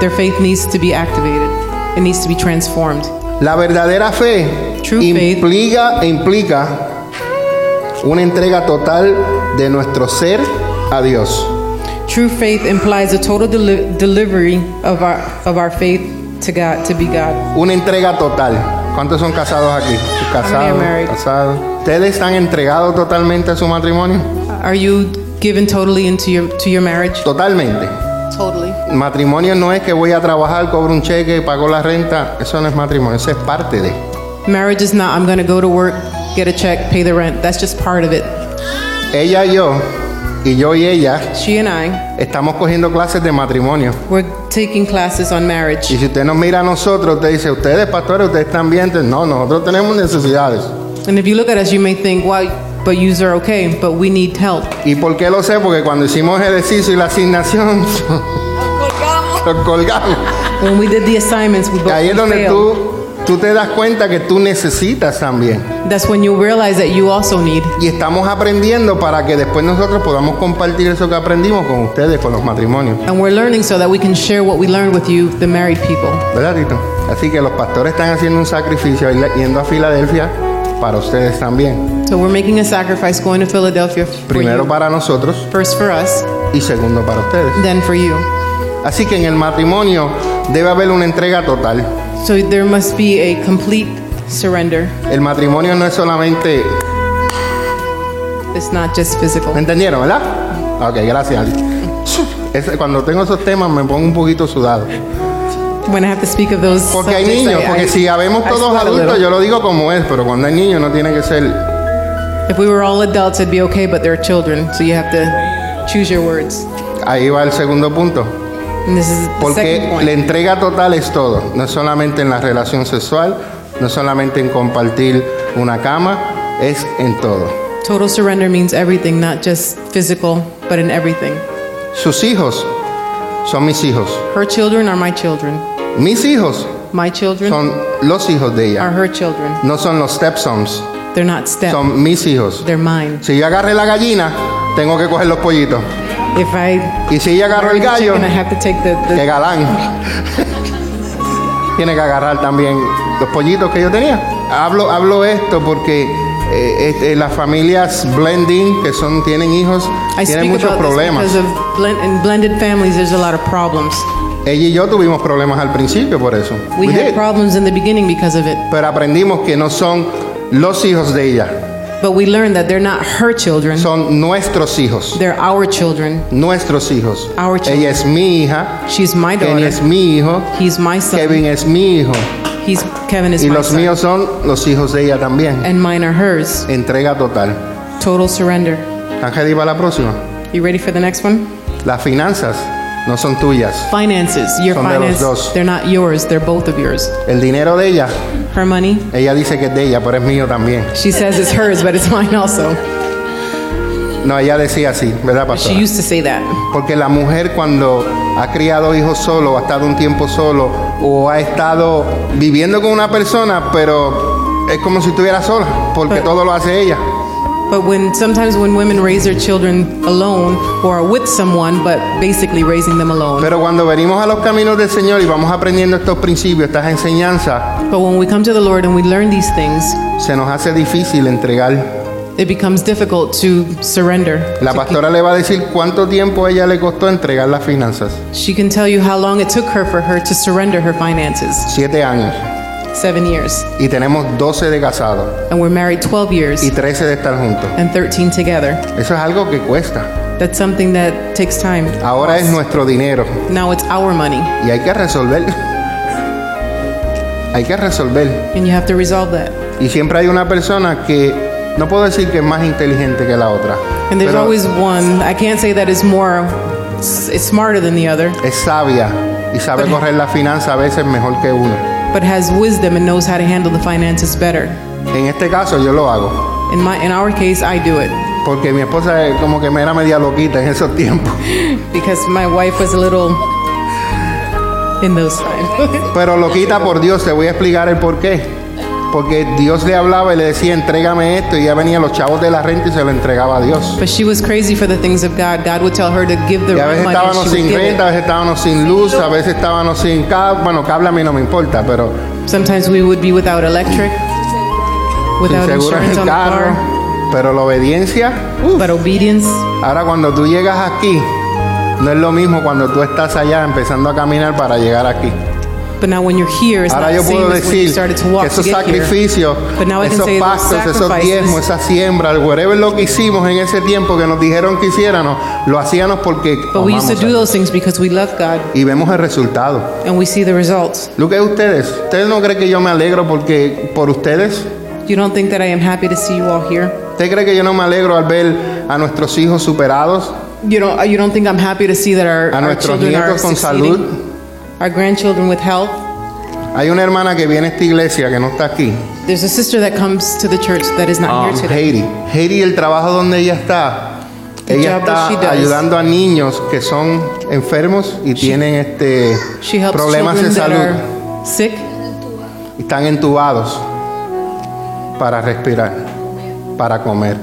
D: their faith needs to be activated. It needs to be transformed.
B: La verdadera fe
D: True faith.
B: implica e implica una entrega total de nuestro ser a Dios.
D: True faith implies a total deli- delivery of our of our faith to God to be God.
B: Una entrega total. ¿Cuántos son casados aquí? Casados,
D: married.
B: casados. ¿Ustedes están entregados totalmente a su matrimonio?
D: Are you given totally into your to your marriage?
B: Totalmente.
D: Totally.
B: Matrimonio no es que voy a trabajar, cobro un cheque, pago la renta. Eso no es matrimonio, eso es parte de.
D: Marriage is not I'm going to go to work, get a check, pay the rent. That's just part of it.
B: Ella y yo, y yo y ella,
D: She and I
B: estamos cogiendo clases de matrimonio.
D: we're taking classes on marriage.
B: Y si usted nos mira a nosotros, usted dice, ustedes pastores, ustedes están bien. No, nosotros tenemos necesidades.
D: And if you look at us, you may think, "Wow, but yous are okay, but we need help."
B: ¿Y por qué lo sé? Porque cuando hicimos el ejercicio y la asignación, nos colgamos.
D: When we did the assignments, we both
B: Que ahí es donde
D: failed.
B: tú, tú te das cuenta que tú necesitas también.
D: That's when you realize that you also need.
B: Y estamos aprendiendo para que después nosotros podamos compartir eso que aprendimos con ustedes, con los matrimonios.
D: And we're learning so that we can share what we learned with you, the married people.
B: ¿Verdad, Tito? Así que los pastores están haciendo un sacrificio y- yendo a Filadelfia para ustedes también.
D: So we're making a sacrifice going to Philadelphia for
B: Primero
D: you.
B: para nosotros
D: First for us,
B: y segundo para ustedes.
D: then for you.
B: Así que en el matrimonio debe haber una entrega total.
D: So there must be a complete surrender.
B: El matrimonio no es solamente...
D: It's not just physical.
B: ¿Me entendieron, verdad? Ok, gracias. Es- cuando tengo esos temas me pongo un poquito sudado.
D: When I have to speak of those
B: Porque hay
D: subjects,
B: niños,
D: I-
B: porque
D: I-
B: si habemos
D: I
B: todos
D: sweat a
B: adultos,
D: little.
B: yo lo digo como es, pero cuando hay niños no tiene que ser.
D: If we were all adults, it'd be okay, but they're children, so you have to choose your words.
B: Ahí va el segundo punto.
D: And this is the second
B: Porque
D: point.
B: la entrega total es todo, no es solamente en la relación sexual, no es solamente en compartir una cama, es en todo.
D: Total surrender means everything, not just physical, but in everything.
B: Sus hijos son mis hijos.
D: Her children are my children.
B: Mis hijos
D: My children
B: son los hijos de
D: are
B: ella.
D: her children.
B: No son los stepsons,
D: They're not step.
B: son mis hijos.
D: They're mine.
B: Si yo agarré la gallina, tengo que coger los pollitos.
D: If I
B: Y si ella agarró el
D: bring the
B: gallo,
D: chicken, I have to take the,
B: ¡Qué
D: the
B: galán! Tiene que agarrar también los pollitos que yo tenía. Hablo, hablo esto porque eh, este, las familias blending que son tienen hijos
D: I
B: tienen
D: speak
B: muchos
D: about this
B: problemas.
D: because of blend, in blended families. There's a lot of problems.
B: Ella y yo tuvimos problemas al principio por eso.
D: We
B: We
D: had
B: did.
D: problems in the beginning because of it,
B: Pero aprendimos que no son los hijos de ella,
D: but we learned that they're not her children,
B: son nuestros hijos.
D: they're our children.
B: Nuestros hijos.
D: Our children.
B: Ella es mi hija,
D: She's my
B: Kenny
D: daughter.
B: es mi hijo,
D: He's my son.
B: Kevin es mi hijo.
D: He's Kevin is
B: Y
D: my
B: los
D: son.
B: míos son los hijos de ella también.
D: And mine are hers.
B: Entrega total.
D: Total surrender.
B: Ángel, y para la próxima.
D: You ready for the next one?
B: Las finanzas no son tuyas.
D: Finances. Your
B: Son de los
D: finances.
B: dos.
D: They're not yours. They're both of yours.
B: El dinero de ella,
D: Her money.
B: ella dice que es de ella, pero es mío también.
D: She says it's hers, but it's mine also.
B: No, ella decía así, ¿verdad, pastor?
D: She used to say that
B: Porque la mujer cuando ha criado hijos solo, o ha estado un tiempo solo, o ha estado viviendo con una persona, pero es como si estuviera sola, porque todo lo hace ella.
D: But when sometimes when women raise their children alone or are with someone, but basically raising them alone.
B: Pero cuando venimos a los caminos del Señor y vamos aprendiendo estos principios, estas enseñanzas,
D: but when we come to the Lord and we learn these things,
B: se nos hace difícil entregar.
D: it becomes difficult to surrender.
B: La pastora le va a decir cuánto tiempo a ella le costó entregar las finanzas.
D: She can tell you how long it took her for her to surrender her finances.
B: Siete años.
D: Seven years.
B: Y tenemos 12 de casados
D: And we're married 12 years
B: y 13 de estar juntos.
D: and 13 together.
B: Eso es algo que cuesta.
D: That's something that takes time.
B: Ahora es nuestro dinero.
D: Now it's our money
B: Y hay que resolver. Hay que resolver.
D: and you have to resolve that.
B: Y siempre hay una persona que no puedo decir que es más inteligente que la otra,
D: And there's
B: pero
D: always one. I can't say that is more it's smarter than the other,
B: es sabia y sabe correr la finanza a veces mejor que uno.
D: but has wisdom and knows how to handle the finances better.
B: En este caso yo lo hago,
D: In my in our case, I do it
B: porque mi esposa eh, como que me era media loquita en esos tiempos.
D: because my wife was a little in those times.
B: Pero loquita por Dios, te voy a explicar el por qué. Porque Dios le hablaba y le decía, entrégame esto, y ya venían los chavos de la renta y se lo entregaba a Dios.
D: but she was crazy for the things of God. God would tell her to give the
B: Y a
D: right
B: veces
D: money, and
B: estábamos
D: she would
B: sin
D: give
B: renta, a
D: it.
B: veces estábamos sin luz, a veces estábamos sin cable. Bueno, cable a mí no me importa, pero
D: Sometimes we would be without electric,
B: sin
D: without
B: seguro en
D: insurance
B: el
D: on the
B: carro.
D: car,
B: Pero la obediencia, uf.
D: but obedience.
B: ahora cuando tú llegas aquí, no es lo mismo cuando tú estás allá empezando a caminar para llegar aquí.
D: But now when you're here, it's
B: Ahora
D: not
B: yo
D: the same
B: puedo
D: as when you
B: decir
D: started to walk
B: que
D: to
B: esos
D: get here.
B: sacrificios,
D: But now I can
B: esos
D: say those
B: pastos, esos
D: sacrifices-
B: diezmos, esa siembra, el whatever lo que hicimos en ese tiempo que nos dijeron que hiciéramos, lo hacíamos porque
D: But we used
B: amamos
D: to
B: a
D: do
B: Dios.
D: those things because we love God
B: y vemos el resultado.
D: and we see the results.
B: Lo que ustedes, ¿ustedes no creen que yo me alegro porque por ustedes?
D: You don't think that I am happy to see you all here?
B: ¿Usted cree que yo no me alegro al ver a nuestros hijos superados,
D: You don't. You don't think I'm happy to see that our,
B: a
D: our
B: nuestros
D: children are
B: nietos con
D: succeeding?
B: salud?
D: our grandchildren with health.
B: Hay una hermana que viene a esta iglesia que no está aquí,
D: There's a sister that comes to the church that is
B: Oh,
D: not here today.
B: Um, Heidi. Heidi, el trabajo donde ella está,
D: The
B: ella
D: job that she does.
B: está ayudando a niños que son enfermos y tienen este
D: She helps
B: problemas de
D: children that
B: salud,
D: are sick
B: y están entubados para respirar, para comer.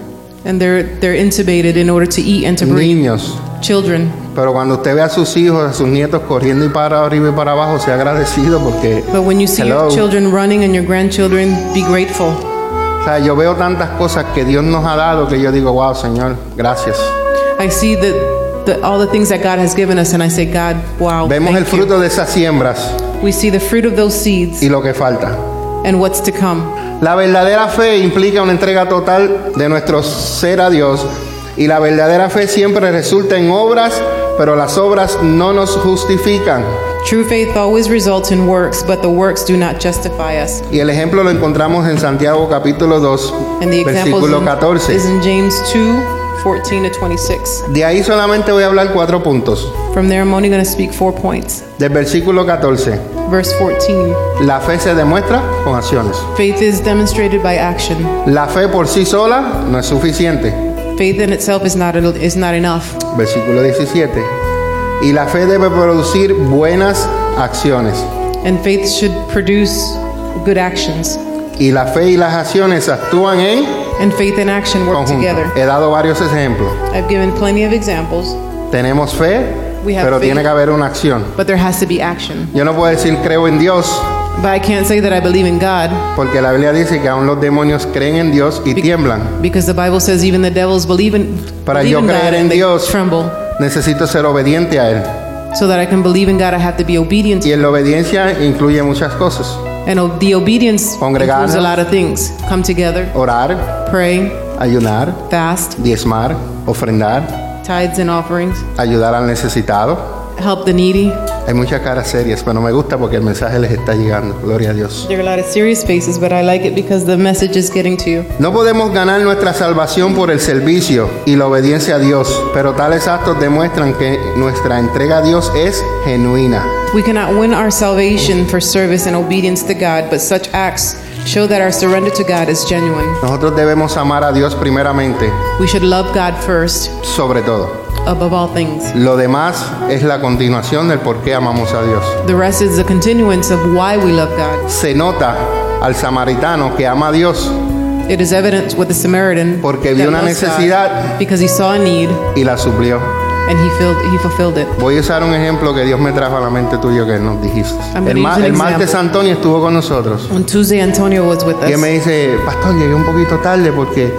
D: and they're they're intubated in order to eat and to breathe.
B: Niños
D: Children.
B: Pero cuando usted ve a sus hijos, a sus nietos corriendo y para arriba y para abajo, sea agradecido porque
D: But when you see
B: Hello.
D: your children running and your grandchildren, be grateful.
B: o sea, yo veo tantas cosas que Dios nos ha dado que yo digo, wow, Señor, gracias.
D: I see that the, all the things that God has given us, and I say, God, wow.
B: Vemos el
D: Oh, thank you.
B: fruto de esas siembras
D: We see the fruit of those seeds
B: y lo que falta.
D: and what's to come.
B: La verdadera fe implica una entrega total de nuestro ser a Dios y la verdadera fe siempre resulta en obras, pero las obras no nos justifican.
D: True faith always results in works, but the works do not justify us.
B: Y el ejemplo lo encontramos en Santiago capítulo 2,
D: And the example
B: versículo 14.
D: is in James 2 14 to 26.
B: De ahí solamente voy a hablar cuatro puntos.
D: From there, I'm only going to speak four points.
B: Del versículo 14.
D: Verse 14
B: La fe se demuestra con acciones.
D: Faith is demonstrated by action.
B: La fe por sí sola no es suficiente.
D: Faith in itself is not, is not enough.
B: Versículo 17. Y la fe debe producir buenas acciones.
D: And faith should produce good actions.
B: Y la fe y las acciones actúan en
D: And faith and action work
B: conjunto.
D: together.
B: He dado varios ejemplos.
D: I've given plenty of examples,
B: Tenemos fe,
D: We have
B: pero
D: faith.
B: tiene que haber una acción.
D: but there has to be action.
B: Yo no puedo decir creo en Dios,
D: But I can't say that I believe in God
B: porque la Biblia dice que aún los demonios creen en Dios y tiemblan.
D: because the Bible says even the devils believe in,
B: Para
D: believe
B: yo
D: in God
B: creer en
D: and they
B: Dios,
D: tremble.
B: necesito ser obediente a Él.
D: So that I can believe in God, I have to be obedient.
B: Y en la obediencia incluye muchas cosas.
D: And o- the obedience
B: Congregarnos.
D: includes a lot of things. Come together,
B: Orar,
D: pray,
B: ayunar,
D: fast,
B: diezmar, ofrendar,
D: tithes and offerings,
B: ayudar al necesitado.
D: help the needy.
B: Hay muchas caras serias, pero me gusta porque el mensaje les está llegando. Gloria a Dios.
D: There are a lot of serious faces, but I like it because the message is getting to you.
B: No podemos ganar nuestra salvación por el servicio y la obediencia a Dios, pero tales actos demuestran que nuestra entrega a Dios es genuina.
D: We cannot win our salvation for service and obedience to God, but such acts show that our surrender to God is genuine.
B: Nosotros debemos amar a Dios primeramente,
D: We should love God first,
B: sobre todo.
D: above all things.
B: Lo demás es la continuación del por qué amamos a Dios.
D: The rest is the continuance of why we love God.
B: Se nota al samaritano que ama a Dios
D: It is evident with the Samaritan
B: Porque
D: that
B: vio una
D: loves God
B: necesidad.
D: because he saw a need
B: y la suplió.
D: and he filled he fulfilled it.
B: Voy a usar un ejemplo que Dios me trajo a la mente tuyo que nos dijiste.
D: I'm gonna
B: El, ma-
D: use an
B: el martes
D: example.
B: Antonio estuvo con nosotros.
D: On Tuesday, Antonio was with
B: Y él me
D: us.
B: dice, pastor, llegué un poquito tarde porque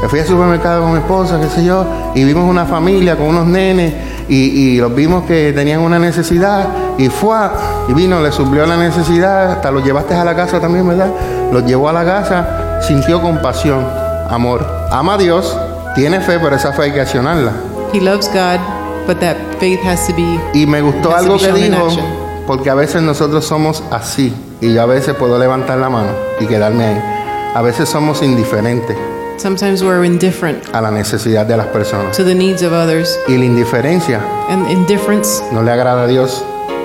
B: me fui al supermercado con mi esposa, qué sé yo, y vimos una familia con unos nenes y, y los vimos que tenían una necesidad y fue, y vino, le suplió la necesidad, hasta los llevaste a la casa también, ¿verdad? Los llevó a la casa, sintió compasión, amor. Ama a Dios, tiene fe, pero esa fe hay que accionarla.
D: He loves God, but that faith has to be
B: Y me gustó
D: Has to
B: algo
D: be
B: que
D: shown in
B: dijo,
D: action.
B: porque a veces nosotros somos así, y yo a veces puedo levantar la mano y quedarme ahí. A veces somos indiferentes.
D: sometimes we're indifferent
B: a la necesidad de las personas.
D: to the needs of others.
B: Y la indiferencia
D: And indifference
B: no le agrada a Dios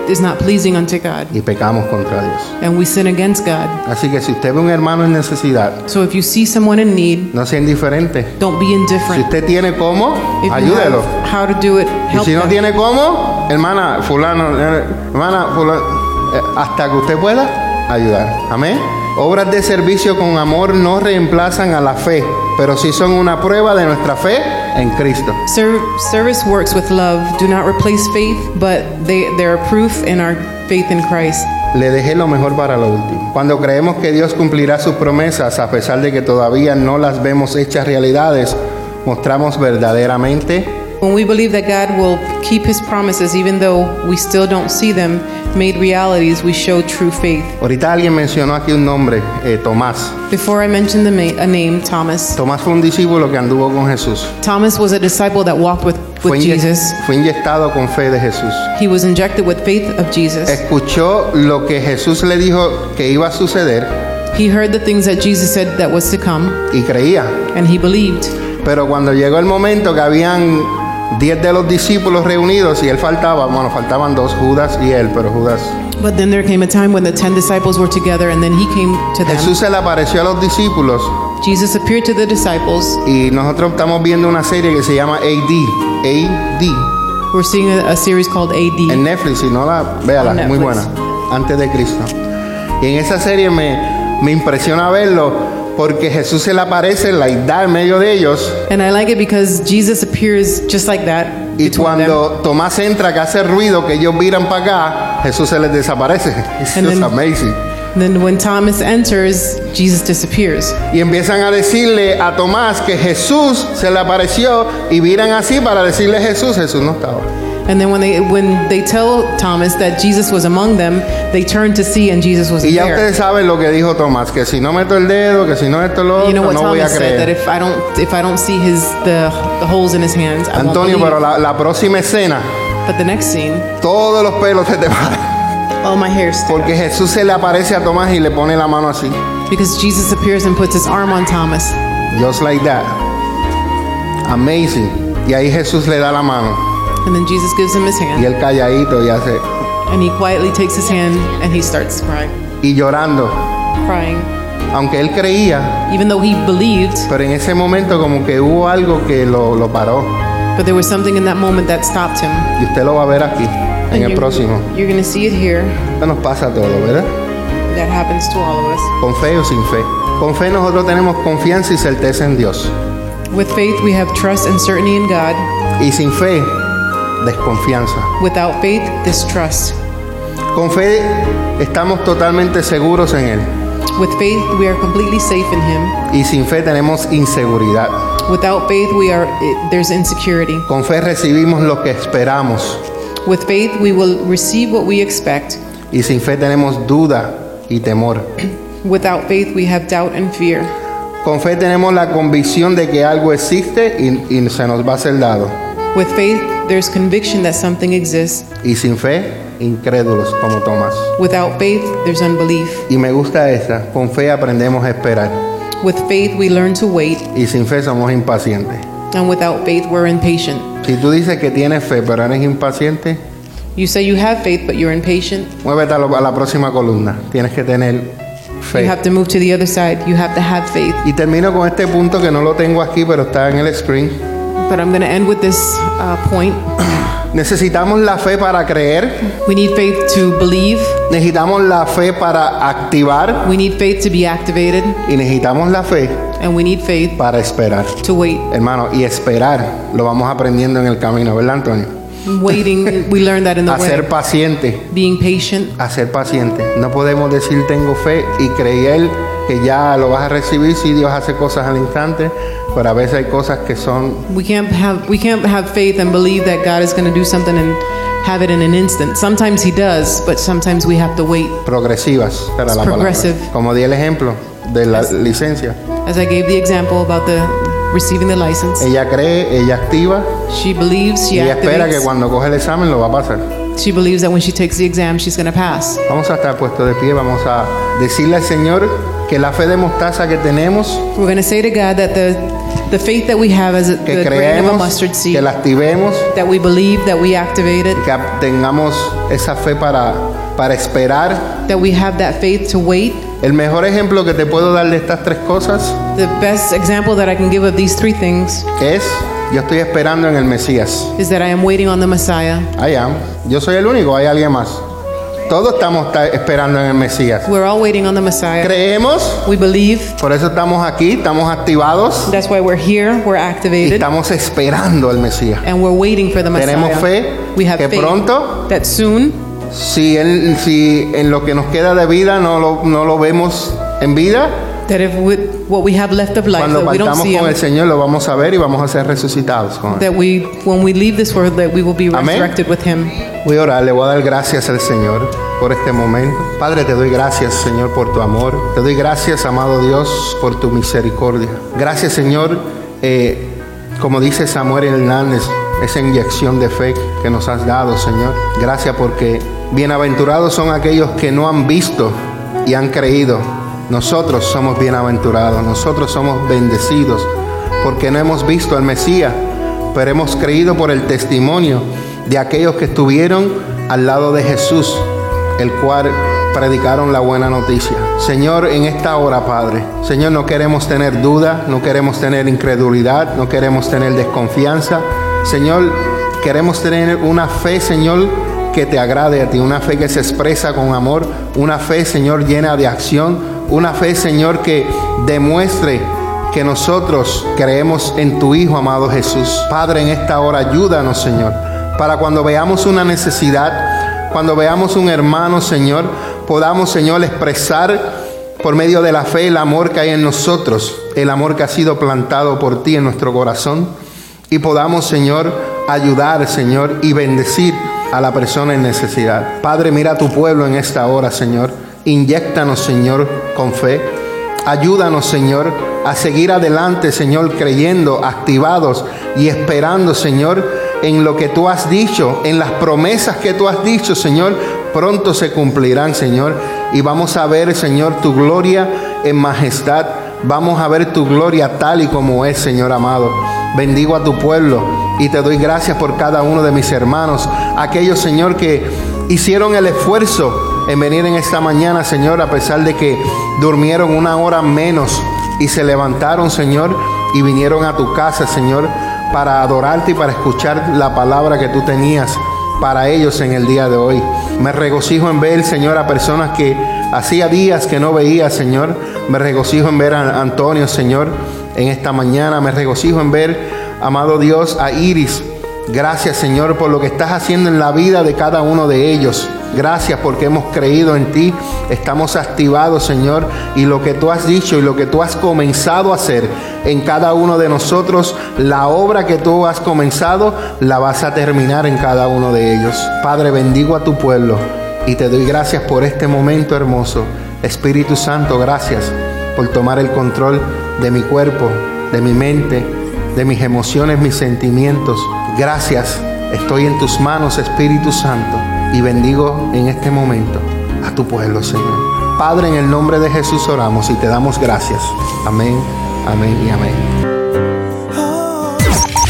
D: is not pleasing unto God.
B: y pecamos contra Dios.
D: And we sin against God.
B: Así que si usted ve un hermano en necesidad,
D: So if you see someone in need,
B: no sea indiferente.
D: don't be
B: Si
D: indifferent.
B: usted tiene cómo,
D: If you
B: ayúdelo.
D: have how to do it,
B: Y
D: help
B: si no
D: them.
B: tiene cómo, hermana, fulano, eh, hermana, fulano, eh, hasta que usted pueda ayudar. Amén. Obras de servicio con amor no reemplazan a la fe, pero sí son una prueba de nuestra fe en Cristo.
D: Ser- service works with love do not replace faith, but they, they're a proof in our faith in Christ.
B: Le dejé lo mejor para lo último. Cuando creemos que Dios cumplirá sus promesas, a pesar de que todavía no las vemos hechas realidades, mostramos verdaderamente
D: When we believe that God will keep his promises, even though we still don't see them made realities, we show true faith.
B: Ahorita alguien mencionó aquí un nombre, eh, Tomás.
D: Before I mention the ma- a name, Thomas,
B: Tomás fue un discípulo que anduvo con Jesús.
D: Thomas was a disciple that walked with,
B: Fue,
D: with
B: inye-
D: Jesus.
B: fue inyectado con fe de Jesús.
D: He was injected with faith of
B: Eh.
D: Jesus.
B: Escuchó lo que Jesús le dijo que iba a suceder
D: He heard the things that Jesus said that was to come,
B: y creía.
D: and he believed.
B: Pero cuando llegó el momento que habían 10 de los discípulos reunidos y él faltaba, bueno, faltaban dos, Judas y él, pero Judas
D: But then there came a time when the ten disciples were together, and then he came to them.
B: Jesús se le apareció a los discípulos
D: Jesus appeared to the disciples.
B: y nosotros estamos viendo una serie que se llama AD, AD,
D: We're seeing a, a series called AD.
B: en Netflix, si no la, véala,
D: En
B: muy buena,
D: Netflix.
B: antes de Cristo. Y en esa serie me, me impresiona verlo porque Jesús se le aparece en la edad en medio de ellos
D: And I like it because Jesus appears just like that
B: y
D: between them.
B: cuando Tomás entra que hace ruido, que ellos miran para acá, Jesús se les desaparece. It's
D: And
B: just
D: then-
B: amazing.
D: Then when Thomas enters, Jesus disappears.
B: Y empiezan a decirle a Tomás que Jesús se le apareció y miran así para decirle Jesús, Jesús no estaba.
D: And then when they when they tell Thomas that Jesus was among them, they turn to see and Jesus was
B: Y ya
D: there.
B: ustedes saben lo que dijo Tomás, que si no meto el dedo, que si no esto lo
D: You
B: otro,
D: know what
B: no voy a
D: Thomas said
B: creer.
D: that if I don't if I don't see his the, the holes in his hands, I won't
B: Antonio,
D: believe.
B: pero la, la próxima escena,
D: But the next scene,
B: todos los pelos se te paran.
D: all my hair stood
B: Porque Jesús se le aparece a Tomás y le pone la mano así.
D: up. because Jesus appears and puts his arm on Thomas.
B: Just like that. Amazing. Y ahí Jesús le da la mano.
D: And then Jesus gives him his
B: Y
D: hand,
B: él calladito y hace.
D: and he quietly takes his hand, and he starts crying,
B: Y llorando.
D: crying.
B: Aunque él creía,
D: Even though he believed,
B: pero en ese momento como que hubo algo que lo, lo paró.
D: but there was something in that moment that stopped him.
B: Y usted lo va a ver aquí, en
D: And
B: el
D: you're-
B: próximo.
D: You're gonna see it here.
B: Esto nos pasa a todos, ¿verdad?
D: That happens to all of us.
B: con fe o sin fe. Con fe nosotros tenemos confianza y certeza en Dios.
D: With faith, we have trust and certainty in God.
B: Y sin fe, desconfianza.
D: Without faith, distrust.
B: Con fe estamos totalmente seguros en Él.
D: With faith, we are completely safe in Him.
B: Y sin fe tenemos inseguridad.
D: Without faith, we are i- there's insecurity.
B: Con fe recibimos lo que esperamos.
D: With faith, we will receive what we expect.
B: y sin fe tenemos duda y temor.
D: Without faith, we have doubt and fear.
B: Con fe tenemos la convicción de que algo existe y, y se nos va a ser dado.
D: With faith, there's conviction that something exists.
B: Y sin fe, incrédulos como Tomás.
D: Without faith, there's unbelief.
B: Y me gusta esta, con fe aprendemos a esperar.
D: With faith, we learn to wait,
B: Y sin fe somos impacientes.
D: and without faith, we're impatient.
B: Si tú dices que tienes fe pero eres impaciente,
D: You say you have faith, but you're impatient.
B: muévete a, lo- a la próxima columna. Tienes que tener
D: You
B: fe.
D: have to move to the other side. You have to have faith.
B: Y termino con este punto que no lo tengo aquí, pero está en el screen.
D: But I'm going to end with this uh, point.
B: Necesitamos la fe para creer,
D: We need faith to believe,
B: necesitamos la fe para activar
D: we need faith to be activated,
B: y necesitamos la fe
D: and we need faith
B: para esperar.
D: to wait.
B: Hermano, y esperar lo vamos aprendiendo en el camino, ¿verdad, Antonio?
D: Waiting, we learn that in the
B: A ser
D: way.
B: paciente,
D: Being patient.
B: a ser paciente. No podemos decir tengo fe y creer que ya lo vas a recibir si Dios hace cosas al instante, pero a veces hay cosas que son
D: We can't have we can't have faith and believe that God is going to do something and have it in an instant. Sometimes He does, but sometimes we have to wait.
B: progresivas, era
D: It's
B: la palabra.
D: progressive.
B: Como di el ejemplo de la licencia.
D: As I gave the example about the receiving the license,
B: Ella cree, ella activa
D: she believes she
B: y ella espera que
D: activates.
B: cuando coge el examen lo va a pasar.
D: She believes that when she takes the exam, she's going to pass.
B: Vamos a estar puestos de pie, vamos a decirle al Señor que la fe de mostaza que tenemos,
D: We're going to say to God that the the faith that we have as a,
B: que
D: the grain of a
B: creemos,
D: mustard seed,
B: que la activemos,
D: that we believe, that we activate it,
B: que tengamos esa fe para, para esperar.
D: that we have that faith to wait.
B: El mejor ejemplo que te puedo dar de estas tres cosas
D: The best example that I can give of these three things
B: es, yo estoy esperando en el Mesías.
D: is that I am waiting on the Messiah.
B: I am. Yo soy el único, hay alguien más. Todos estamos ta- esperando en el Mesías.
D: We're all waiting on the Messiah.
B: Creemos,
D: We believe.
B: por eso estamos aquí, estamos activados
D: That's why we're here. We're
B: y
D: activated.
B: estamos esperando al Mesías.
D: And we're waiting for the Messiah.
B: Tenemos fe
D: we have
B: que
D: faith
B: pronto-
D: that soon,
B: Si, él, si en lo que nos queda de vida no lo, no lo vemos en vida,
D: that if with what we have left of life,
B: cuando
D: that we don't
B: partamos
D: see
B: con
D: him,
B: el Señor lo vamos a ver y vamos a ser resucitados con él.
D: that we, when we leave this world, that we will be
B: Amén.
D: resurrected with him.
B: Voy a orar, le voy a dar gracias al Señor por este momento. Padre, te doy gracias, Señor, por tu amor. Te doy gracias, amado Dios, por tu misericordia. Gracias, Señor, eh, como dice Samuel Hernández, esa inyección de fe que nos has dado, Señor. Gracias porque bienaventurados son aquellos que no han visto y han creído. Nosotros somos bienaventurados, nosotros somos bendecidos porque no hemos visto al Mesías pero hemos creído por el testimonio de aquellos que estuvieron al lado de Jesús, el cual predicaron la buena noticia. Señor, en esta hora, Padre, Señor, no queremos tener duda, no queremos tener incredulidad, no queremos tener desconfianza. Señor, queremos tener una fe, Señor, que te agrade a ti, una fe que se expresa con amor, una fe, Señor, llena de acción, una fe, Señor, que demuestre que nosotros creemos en tu Hijo, amado Jesús. Padre, en esta hora ayúdanos, Señor, para cuando veamos una necesidad, cuando veamos un hermano, Señor, podamos, Señor, expresar por medio de la fe el amor que hay en nosotros, el amor que ha sido plantado por ti en nuestro corazón y podamos, Señor, ayudar, Señor, y bendecir a la persona en necesidad. Padre, mira a tu pueblo en esta hora, Señor. Inyéctanos, Señor, con fe. Ayúdanos, Señor, a seguir adelante, Señor, creyendo, activados y esperando, Señor, en lo que tú has dicho, en las promesas que tú has dicho, Señor, pronto se cumplirán, Señor. Y vamos a ver, Señor, tu gloria en majestad. Vamos a ver tu gloria tal y como es, Señor amado. Bendigo a tu pueblo y te doy gracias por cada uno de mis hermanos, aquellos, Señor, que hicieron el esfuerzo en venir en esta mañana, Señor, a pesar de que durmieron una hora menos y se levantaron, Señor, y vinieron a tu casa, Señor para adorarte y para escuchar la palabra que tú tenías para ellos en el día de hoy. Me regocijo en ver, Señor, a personas que hacía días que no veía, Señor. Me regocijo en ver a Antonio, Señor, en esta mañana. Me regocijo en ver, amado Dios, a Iris. Gracias, Señor, por lo que estás haciendo en la vida de cada uno de ellos. Gracias porque hemos creído en ti, estamos activados, Señor, y lo que tú has dicho y lo que tú has comenzado a hacer en cada uno de nosotros, la obra que tú has comenzado, la vas a terminar en cada uno de ellos. Padre, bendigo a tu pueblo y te doy gracias por este momento hermoso. Espíritu Santo, gracias por tomar el control de mi cuerpo, de mi mente, de mis emociones, mis sentimientos. Gracias, estoy en tus manos, Espíritu Santo, y bendigo en este momento a tu pueblo, Señor. Padre, en el nombre de Jesús oramos y te damos gracias. Amén, amén y amén.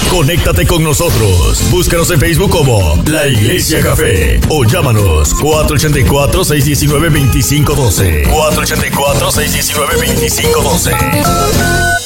A: Conéctate con nosotros. Búscanos en Facebook como La Iglesia Café o llámanos 484-619-2512. 484-619-2512.